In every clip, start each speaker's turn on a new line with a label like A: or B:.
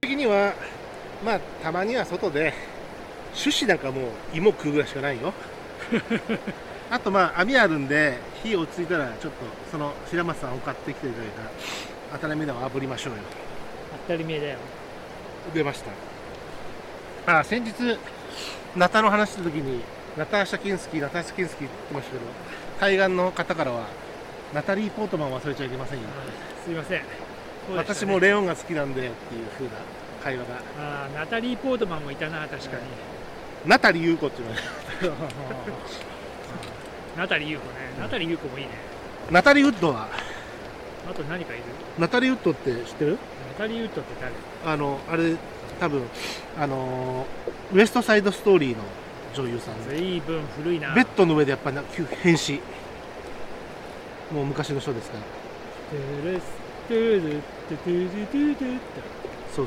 A: 的にはまあたまには外で種子なんかもう芋食うぐらいしか ないよあとまあ網あるんで火落ち着いたらちょっとその白松さんを買ってきていただいた当たり目でを炙りましょうよ
B: 当たり前だよ
A: 出ましたあ先日ナタの話した時にナターシャキンスキーナターシャキンスキーって言ってましたけど対岸の方からはナタリー・ポートマン忘れちゃいけませんよ、
B: すいませんそうでしたね
A: 私もレオンが好きなんだよっていう風な会話が
B: あーナタリー・ポートマンもいたな確かに、
A: ナタリー・ユーコっていうのが
B: ナタリー・ユーコねナタリー・ユーコもいいね
A: ナタリー・ウッドは
B: あと何かいる
A: ナタリー・ウッドって知ってる
B: ナタリー・ウッドって誰
A: あのあれ多分あのーウエストサイドストーリーの女優さんで
B: ずいぶん古いな
A: ベッドの上でやっぱり変身もう昔の人ですから
B: トゥルストゥルトゥトゥトゥトゥトゥトゥ
A: そうそうそう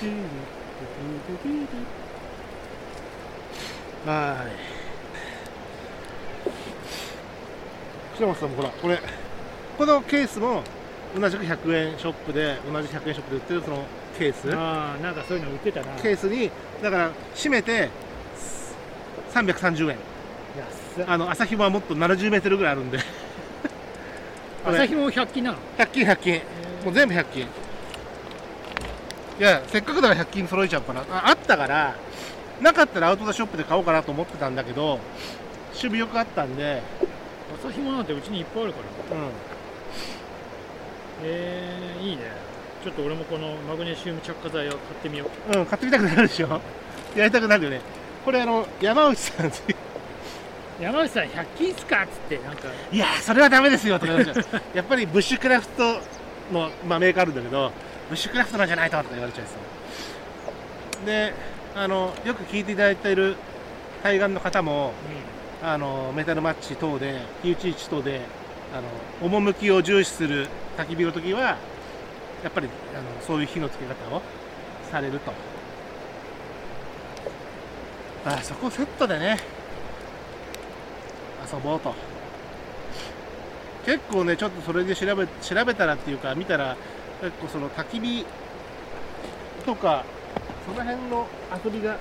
B: トゥルトゥトゥトゥトゥ
A: そうはーい白松さんもほらこれこのケースも同じく100円ショップで同じ100円ショップで売ってるそのケース
B: トゥああなんかそういうの売ってたな
A: ケースにだから閉めて330円
B: 安っ
A: あの朝ひもはもっと70メートルぐらいあるんでこれ
B: 朝日も100均なの
A: 100均100均もう全部100均いやせっかくだから100均揃えちゃおうかなああったからなかったらアウトドアショップで買おうかなと思ってたんだけど守備よくあったんで
B: 朝日もなんてうちにいっぱいあるから
A: う、
B: えー、いいねちょっと俺もこのマグネシウム着火剤を買ってみようん
A: うん、買ってみたくなるでしょやりたくなるよねこれあの山内さん
B: 山内さん100均っすかっつってなんか
A: いやそれはダメですよとか言われちゃうやっぱりブッシュクラフトの、まあ、メーカーあるんだけどブッシュクラフトなんじゃないととか言われちゃいそうであのよく聞いていただいている対岸の方も
B: う
A: あのメタルマッチ等で火打ち1等であの趣を重視する焚き火の時はやっぱりあのそういう火のつけ方をされるとあそこセットでね遊ぼうと結構ねちょっとそれで調べ調べたらっていうか見たら結構その焚き火とかその辺の遊びが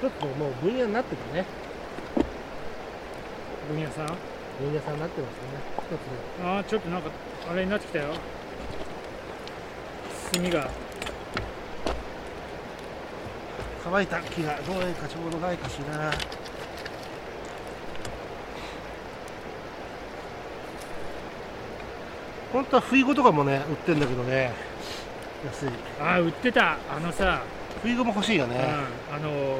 A: 一つのもう分野になってたね
B: ん分野さん
A: 分野さんになってますね一つの
B: ああちょっとなんかあれになってきたよ炭が
A: 乾いた木がどういうかちょうどないかしら本当は不意ゴとかもね売ってんだけどね安い
B: ああ売ってたあのさ、
A: 不意ゴも欲しいよ
B: うん、
A: ね、
B: あのー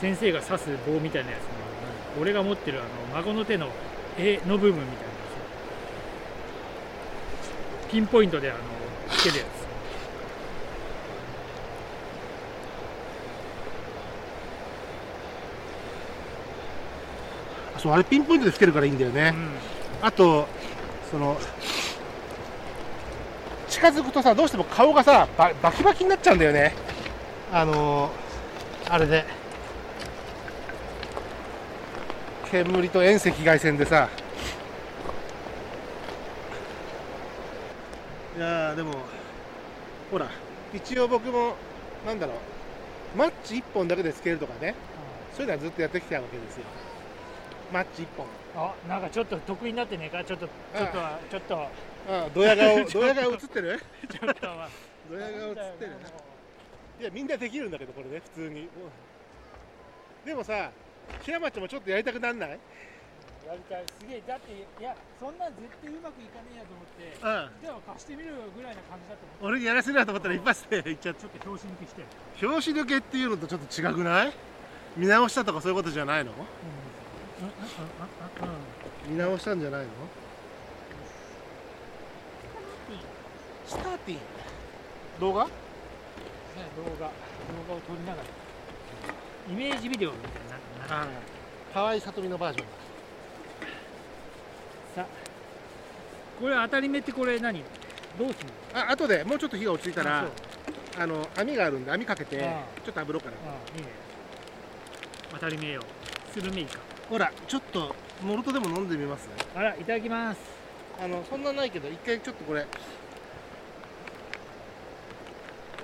B: 先生が刺す棒みたいなやつの俺が持ってるあの孫の手の絵の部分みたいなやつピンポイントであのつけるやつ
A: あそうあれピンポイントでつけるからいいんだよね、あとその近づくとさどうしても顔がさババキバキになっちゃうんだよねあのーあれで煙と遠赤外線でさいやーでもほら一応僕もなんだろうマッチ1本だけでつけるとかねそういうのはずっとやってきたわけですよマッチ1本
B: あなんかちょっと得意になってねえかちょっとちょっとはちょっと
A: ああドヤ 顔ドヤ顔映ってる
B: ちょっとは
A: ドヤ顔映ってるいやみんなできるんだけどこれね普通にでもさ白松もちょっとやりたくなんない
B: やりたいすげえだっていやそんなん絶対うまくいかねえやと思っ
A: う
B: て
A: ん
B: でも貸してみるぐらいな感じだと思
A: 俺にやらせるなと思ったら一発で いっちゃっ
B: うちょっと拍子抜きして、
A: た表紙抜けっていうのとちょっと違くない見直したとかそういうことじゃないの
B: うんうんうんうんうん
A: 見直したんじゃないのスターティン動画
B: ね、動画動画を撮りながらイメージビデオみたいになってな
A: 河合さとみのバージョン
B: これ当たり目ってこれ何どうするの
A: だあ後でもうちょっと火が落ち着いた
B: あ
A: ら
B: そう
A: あの網があるんで網かけて
B: ああ
A: ちょっと炙ろうかな
B: ああいいね当たり目よスルメイカ
A: ほらちょっとモルトでも飲んでみます
B: あらいただきます
A: あのそんなないけど一回ちょっとこれ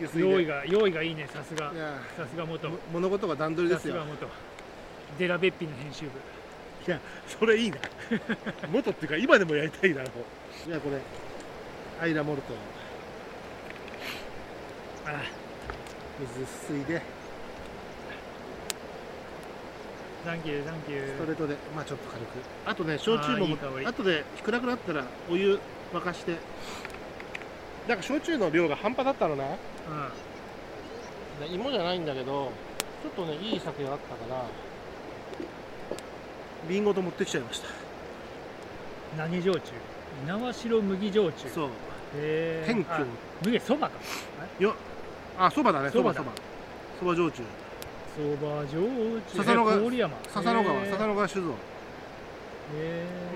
A: ゆすいで
B: 用意が用意がいいねさすが
A: いや
B: さすが元
A: も物事が段取りで
B: さ
A: す
B: す
A: よ
B: が元デラベッピの編集部
A: いやそれいいな 元っていうか今でもやりたいなもういやこれアイラモルトを
B: あ
A: 水すすいで
B: ダンキューダンキュ
A: スト
B: ー
A: レートでまあちょっと軽くあとね焼酎も
B: あーいい香り
A: 後で暗くなったらお湯沸かしてなんか焼酎の量が半端だったのなね
B: うん
A: 芋じゃないんだけどちょっとねいい酒があったからリンゴと持ってきちゃいました
B: 何焼酎猪苗代麦焼酎
A: そう
B: へー
A: 天気
B: あ麦そばか
A: よあそばだねそ
B: そ
A: ば
B: ば
A: そ
B: だ
A: ばそば焼酎
B: そば焼酎
A: 笹のが
B: えー郡山
A: 笹の川
B: へー
A: 笹の川酒造
B: へ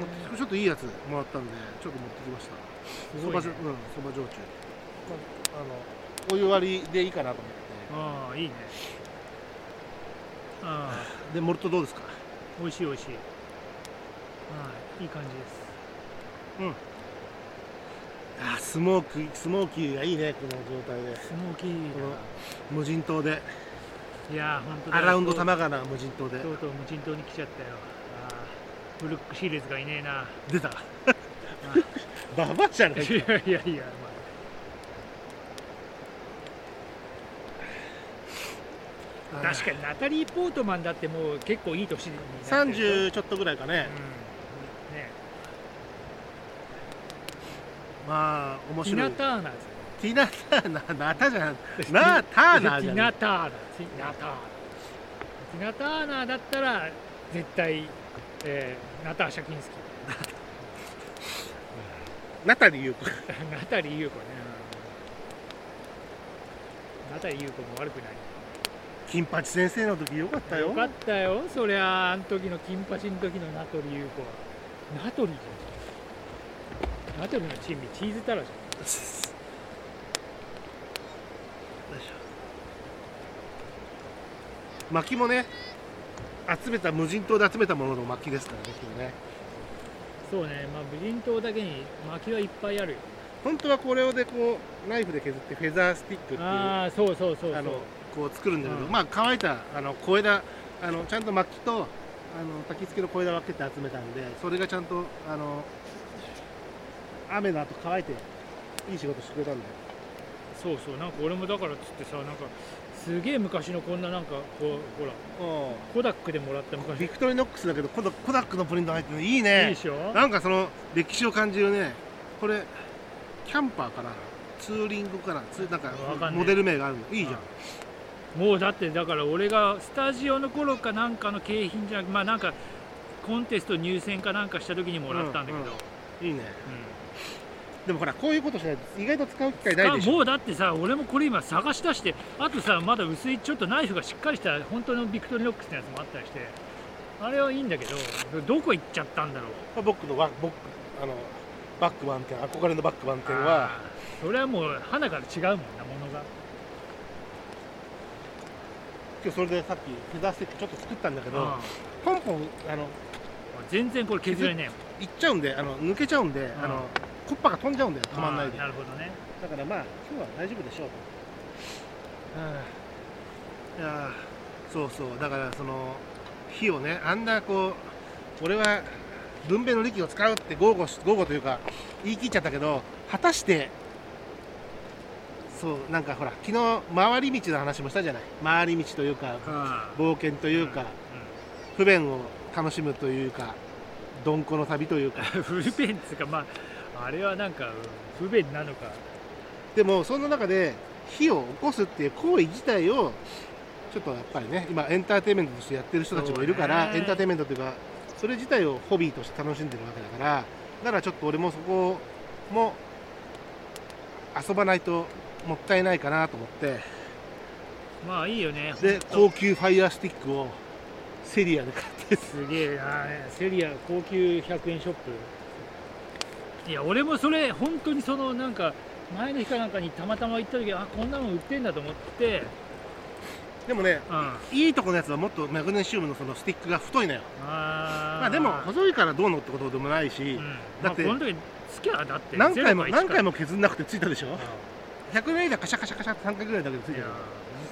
A: 持ってきちょっといいやつもらったんでちょっと持ってきました
B: ーす
A: そ
B: ご
A: ば
B: い
A: じょ
B: ね
A: うんそば焼酎あのお湯割りでいいかなと思っ
B: ああいいねああ
A: てでモルトどうですか
B: 美味しい美味しいはいいい感じです
A: あスモークスモーキーがいいねこの状態で
B: スモーキー
A: こ
B: だ
A: の無人島で
B: いやー本当だ
A: アラウンド
B: と
A: 玉川な無人島で
B: うとうとう無人島に来ちゃったよあーブルックシールズ がいねえな
A: 出たババじゃない
B: いやいやいや、まあ、確かにナタリー・ポートマンだってもう結構いい年になってるよ、
A: 30ちょっとぐらいかね
B: うんね、
A: まあ面
B: ティ
A: 白
B: ナ・
A: い
B: ターナー
A: ティナターナーナタじゃん
B: ズ
A: ナターナーじゃん
B: ティナ・ターナーティナ・ターナーティナ・ターナーだったら絶対、えーナターシャ・キンスキー
A: ナタリーう子
B: ナタリー優子ね。ナタリー優子も悪くない。
A: 金八先生の時よかったよ
B: よかったよ、そりゃあ、あの時の金八の時のナトリ優子は。ナトリナトリのチームにチーズたらしだ。
A: よいしょ薪もね集めた無人島で集めたものの薪ですからね今日ね
B: そうね、まあ、無人島だけに薪はいっぱいあるよ。
A: 本当はこれをでこうナイフで削ってフェザースティックっていうあ
B: ああ、そうそうそうそう。
A: のこう作るんだけど、
B: うん
A: まあ乾いたあの小枝あのちゃんと薪とあの焚き付けの小枝分けて集めたんでそれがちゃんとあの雨の後乾いていい仕事してくれたんだよ
B: そうそう、なんか俺もだからっつってさ、なんか。すげえ昔のこんななんかこうほらコダックでもらった昔
A: ビ
B: い
A: クトリーノックスだけどコダコダックのプリント入ってるのいいね
B: いでしょ
A: なんかその歴史を感じるね、これ、キャンパーかな、ツーリングかな、ツーなんか
B: わかんねえ
A: モデル名があるの、いいじゃん、
B: もうだってだから俺がスタジオの頃かなんかの景品じゃなくまあなんかコンテスト入選かなんかした時にもらったんだけど、
A: うんうんいいね、でもほら、こういうことしないと、意外と使う機会
B: うん
A: ないでしょ、
B: あもうだってさ俺もこれ今探し出してあとさまだ薄いちょっとナイフがしっかりした本当のビクトリーノックスのやつもあったりしてあれはいいんだけどどこ行っちゃったんだろう
A: 僕のワ僕あのバック満点、憧れのバック満点
B: あ
A: は、
B: ーそれはもう花から違うもんなものが
A: 今日それでさっき、フェザースティックちょっと作ったんだけ
B: うん
A: ど、ポンポンあの
B: 全然これ削れね
A: いっちゃうんで、あの抜けちゃうんで、
B: ん
A: あのコッパが飛んじゃうんだよ、
B: え
A: 止まんないで、
B: あーなるほどね
A: だからまあ、今日は大丈夫でしょうと。はあいやーそうそう、だからその火をね、あんなこう、俺は文明の力を使うって豪語し、豪語というか、言い切っちゃったけど、果たして、そう、なんかほら、昨日回り道の話もしたじゃない、回り道というか、
B: うん
A: 冒険というか、不便を楽しむというか、どんこの旅というか、
B: 不便っつうかまああれはなんかうん不便なのか
A: でもそんな中で火を起こすっていう行為自体をちょっとやっぱりね今エンターテインメントとしてやってる人たちもいるから、
B: そうね
A: エンターテインメントというかそれ自体をホビーとして楽しんでるわけだからだからちょっと俺もそこも遊ばないともったいないかなと思って
B: まあいいよね
A: で
B: ほん
A: 高級ファイヤースティックをセリアで買って
B: とすげえなセリア高級100円ショップいや俺もそれ本当にそのなんか前の日かなんかにたまたま行った時あこんなの売ってんだと思って
A: でもね
B: うんあ
A: いいとこのやつはもっとマグネシウムのそのスティックが太いのよ
B: ま
A: まあでも細いからどうのってことでもないし、
B: うん
A: だって
B: まあこの時好きはだって
A: 何回も
B: ゼロか
A: 何
B: 一か
A: 回も削んなくてついたでしょ
B: うん
A: 100円以内カシャカシャカシャって3回ぐらいだけどつい
B: い
A: て
B: や
A: る
B: ー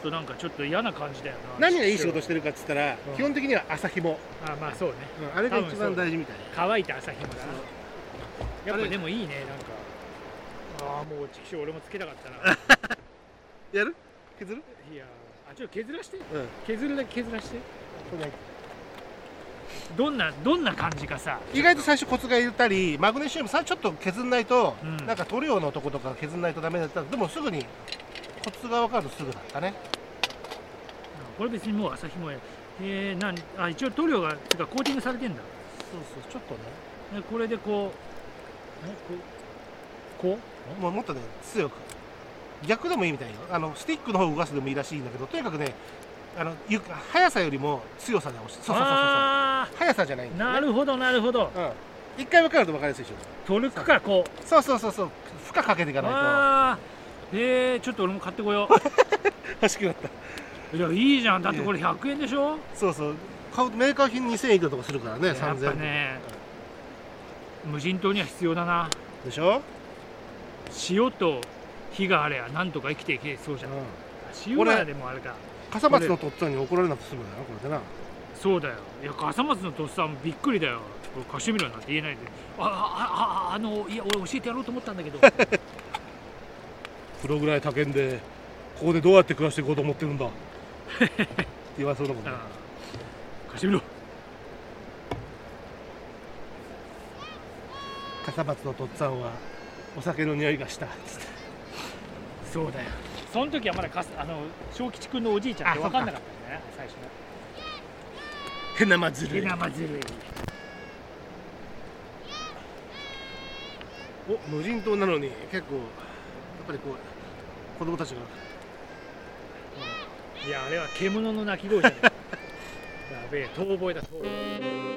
B: ほんとなんかちょっと嫌な感じだよな
A: 何がいい仕事してるかっつったら、
B: うん
A: 基本的には朝ひも、
B: あまあそうね
A: うんあれが一番大事みたい
B: 乾いた朝日もだなやっ
A: あ
B: ぱ
A: れ
B: でもいいねなんかああもう畜生俺もつけたか ったな
A: やる削る
B: いやーあちょっと削らして
A: うん
B: 削るだけ削らして
A: そうね
B: どんなどんな感じかさ
A: 意外と最初コツがいったりマグネシウムさちょっと削んないと、
B: うん
A: なんか塗料のとことか削んないとダメだったでもすぐにコツが分かるとすぐだったね
B: これ別にもう朝日もやえー、なんあ一応塗料がつうかコーティングされてんだ
A: そうそうちょっとね
B: でこれでこうえこうこ
A: もうもっとね強く逆でもいいみたいよあのスティックの方を動かすでもいいらしいんだけどとにかくねあのゆ速さよりも強さで押し
B: う
A: そうそうそうそう
B: あ
A: 速さじゃないん
B: ー
A: だよ
B: な
A: ね
B: るほどなるほど
A: うん一回分かると分かりやすいでしょ
B: トルクかこう
A: そうそうそうそう負荷かけていかな
B: あーえー、ちょっと俺も買ってこよう
A: いと欲しくなった
B: いやいいじゃんだってこれ100円でしょ
A: そうそう買うとメーカー品2000いくらとかするからね
B: いややっ
A: 3000
B: ぱね無人島には必要だな
A: でしょ、
B: 塩と火があればなんとか生きていけそうじ
A: う
B: ゃん
A: ん、
B: 塩がでもあれか
A: 笠松のとっつぁんに怒られなくて済むんだよなこれでな
B: そうだよいや笠松のとっさんびっくりだよこれカシミロなんて言えないであああああのいや俺教えてやろうと思ったんだけど
A: 風呂ぐらい高いんでここでどうやって暮らしていこうと思って るんだって言われそうなもんね
B: ああカシミロ
A: 笠松のとっつぁんはお酒の匂いがした
B: そうだよその時はまだかすあの小吉君のおじいちゃんって分かんなかったんだよね最初ね
A: 変なまず
B: ひなまずるい
A: お無人島なのに結構やっぱりこう子供たちが
B: いやあれは獣の鳴き声じゃないやべえ遠吠えだ遠吠え